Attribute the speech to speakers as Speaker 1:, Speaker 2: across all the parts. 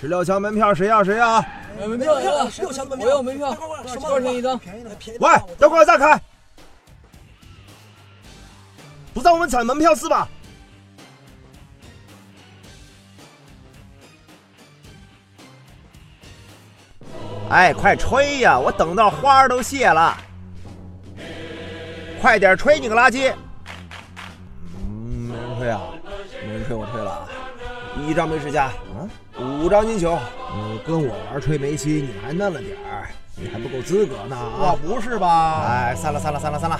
Speaker 1: 十六强门票谁要谁要？
Speaker 2: 门
Speaker 3: 票有了
Speaker 2: 六强门
Speaker 3: 我有门票
Speaker 2: 什
Speaker 3: 什
Speaker 2: 么
Speaker 3: 么多少钱一张
Speaker 2: 便宜的，便宜的
Speaker 1: 喂，等会儿再开，不让我们抢门票是吧？哎，快吹呀！我等到花儿都谢了，快点吹你个垃圾！嗯，没人吹啊，没人吹我吹了啊！一张没时下，嗯，五张金球，嗯，跟我玩吹梅西，你还嫩了点儿，你还不够资格呢啊！不是吧？哎，散了散了散了散了！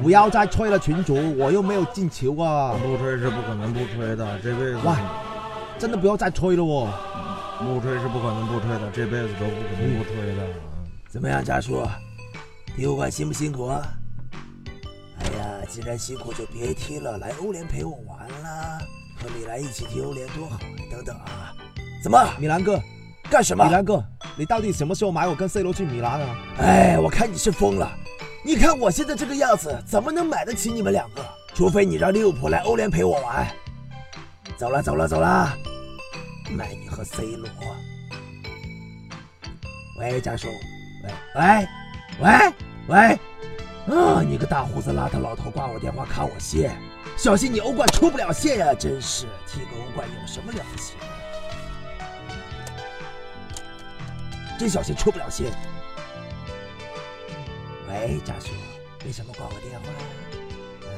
Speaker 1: 不要再吹了，群主，我又没有进球啊！
Speaker 4: 不吹是不可能不吹的，这辈子
Speaker 1: 喂，真的不要再吹了哦！
Speaker 4: 不吹是不可能不吹的，这辈子都不可能不吹的。
Speaker 3: 怎么样，家叔？踢欧冠辛不辛苦啊？哎呀，既然辛苦就别踢了，来欧联陪我玩啦，和米兰一起踢欧联多好啊！等等啊，怎么
Speaker 1: 米兰哥，
Speaker 3: 干什么
Speaker 1: 米？兰哥，你到底什么时候买我跟 C 罗去米兰啊？
Speaker 3: 哎，我看你是疯了，你看我现在这个样子，怎么能买得起你们两个？除非你让利物浦来欧联陪我玩。走了，走了，走了，买你和 C 罗。喂，家哎叔，喂，喂，喂，喂，啊，你个大胡子邋遢老头，挂我电话卡我线，小心你欧冠出不了线呀、真是，踢个欧冠有什么了不起的？真小心出不了线。喂，家属，为什么挂我电话？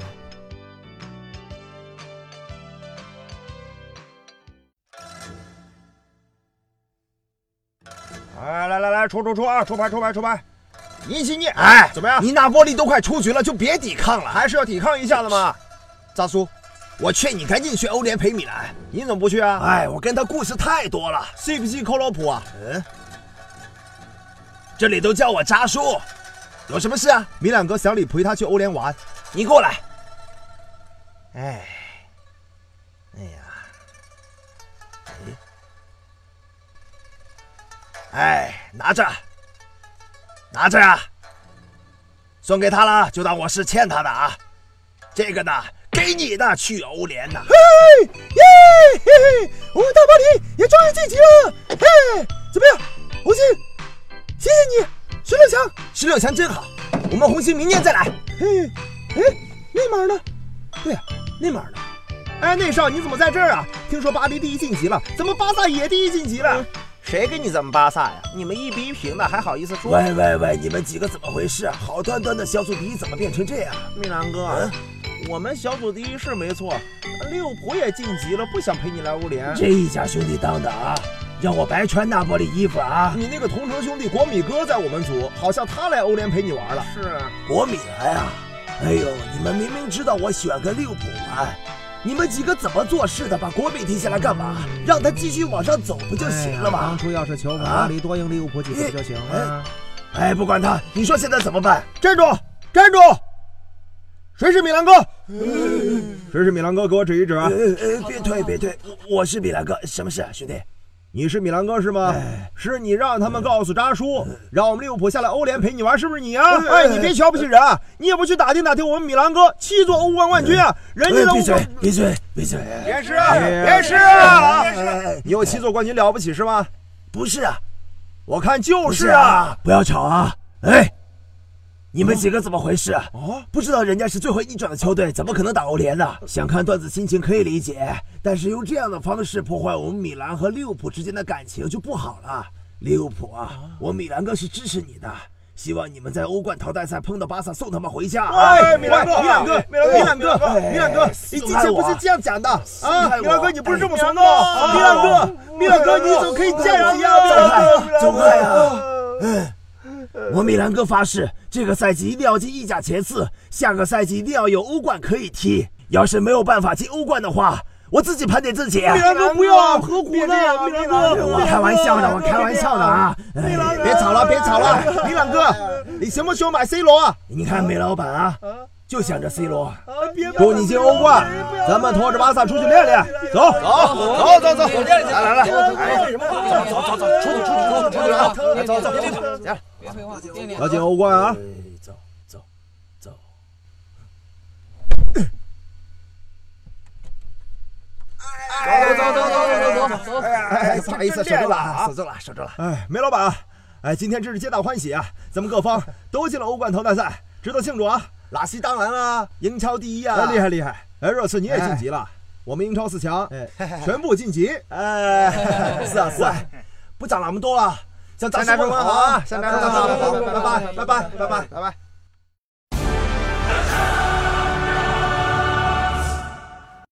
Speaker 1: 哎，来来来，出出出啊！出牌出牌出牌！银心念，
Speaker 3: 哎，
Speaker 1: 怎么样
Speaker 3: 你那玻璃都快出局了，就别抵抗了。
Speaker 1: 还是要抵抗一下的嘛。大叔，
Speaker 3: 我劝你赶紧去欧联陪米兰。
Speaker 1: 你怎么不去啊？
Speaker 3: 哎，我跟他故事太多了，
Speaker 1: 信不信克洛普啊？嗯，
Speaker 3: 这里都叫我渣叔。有什么事啊？
Speaker 1: 米兰哥，小李陪他去欧联玩。
Speaker 3: 你过来。
Speaker 1: 哎，哎呀，
Speaker 3: 哎，拿着，拿着啊，送给他了，就当我是欠他的啊。这个呢，给你的，去欧联的。
Speaker 1: 嘿耶嘿嘿，我们大巴黎也终于晋级了！嘿，怎么样，红星？谢谢你，十六强。
Speaker 3: 十六强真好，我们红星明年再来。
Speaker 1: 嘿，哎，内马尔呢？对呀、内马尔呢？哎，内少，你怎么在这儿啊？听说巴黎第一晋级了，怎么巴萨也第一晋级了？谁跟你咱们巴萨呀？你们一比一平的，还好意思说？
Speaker 3: 喂喂喂，你们几个怎么回事啊？好端端的小组第一怎么变成这样？
Speaker 1: 米兰哥，
Speaker 3: 嗯
Speaker 1: 我们小组第一是没错，利物浦也晋级了，不想陪你来欧联。
Speaker 3: 这一家兄弟当的啊，让我白穿那玻璃衣服啊！
Speaker 1: 你那个同城兄弟国米哥在我们组，好像他来欧联陪你玩了。是啊，
Speaker 3: 国米来啊！哎呦，你们明明知道我喜欢跟利物浦玩，你们几个怎么做事的？把国米踢下来干嘛？让他继续往上走不就行
Speaker 1: 嗯哎呀
Speaker 3: 了
Speaker 1: 当
Speaker 3: 吗？
Speaker 1: 初要是球
Speaker 3: 啊
Speaker 1: 巴黎多赢利物浦几分就行了。
Speaker 3: 哎，不管他，你说现在怎么办？
Speaker 1: 站住！站住！谁是米兰哥？
Speaker 3: 嗯
Speaker 1: 谁是米兰哥？给我指一指啊
Speaker 3: 呃！呃，别退别退，我我是米兰哥，什么事啊，兄弟？
Speaker 1: 你是米兰哥是吗？是你让他们告诉渣叔，让我们利物浦下来欧联陪你玩，是不是你啊？嗯哎，你别瞧不起人，啊！你也不去打听打听我们米兰哥七座欧冠冠军啊，人家
Speaker 3: 哎
Speaker 1: 的
Speaker 3: 闭
Speaker 1: 欧
Speaker 3: 嘴
Speaker 1: 冠。
Speaker 3: 闭嘴闭嘴！
Speaker 1: 别吃啊！别吃
Speaker 3: 哎
Speaker 1: 啊！
Speaker 3: 哎哎哎
Speaker 1: 你有七座冠军了不起是吗？
Speaker 3: 不是啊，
Speaker 1: 我看就
Speaker 3: 不
Speaker 1: 是啊！，
Speaker 3: 不要吵啊！哎，你们几个怎么回事啊？
Speaker 1: 哦，
Speaker 3: 不知道人家是最会逆转的球队，怎么可能打欧联呢？想看段子心情可以理解，但是用这样的方式破坏我们米兰和利物浦之间的感情就不好了。利物浦啊，我米兰哥是支持你的，希望你们在欧冠淘汰赛碰到巴萨送他们回家啊。
Speaker 1: 哎，米兰哥，米兰哥，哎米兰哥，米兰哥，你之前不是这样讲的啊？米兰哥，你不是这么说的。米兰哥，哎米兰哥，你怎么可以这样子啊呀？米兰哥，
Speaker 3: 哎走开啊！我米兰哥发誓，这个赛季一定要进意甲前四，下个赛季一定要有欧冠可以踢。要是没有办法进欧冠的话，我自己盘点自己。
Speaker 1: 米兰哥不要啊，何苦呢？米兰哥，
Speaker 3: 我开玩笑的，我开玩笑的啊！哎
Speaker 1: 别吵了，别吵了，米兰哥，你什么时候买 C 罗啊？
Speaker 3: 你看梅老板啊，就想着 C 罗。啊
Speaker 1: 祝你进欧冠，咱们拖着巴萨出去练练。走走走走走，来来来，
Speaker 4: 哎
Speaker 2: 走走走，出去出去出去出去啊！走走走走。
Speaker 1: 要进欧冠啊！
Speaker 3: 走走走。
Speaker 2: 走走走走走走走。
Speaker 1: 好意思，守住了啊，守
Speaker 3: 守住了，守住了。
Speaker 1: 哎，梅老板，哎，今天真是皆大欢喜啊！咱们各方都进了欧冠淘汰赛，值得庆祝啊！
Speaker 3: 拉西当然啦，英超第一啊，
Speaker 1: 哎，厉！害厉害！哎，热刺你也晋级了，我们英超四强，哎，全部晋级。
Speaker 3: 哎，是啊是啊，不讲那么多了，向大家问好啊，
Speaker 2: 向
Speaker 3: 大
Speaker 2: 大家问好
Speaker 1: 啊
Speaker 3: 拜拜拜拜拜拜。
Speaker 2: 拜拜。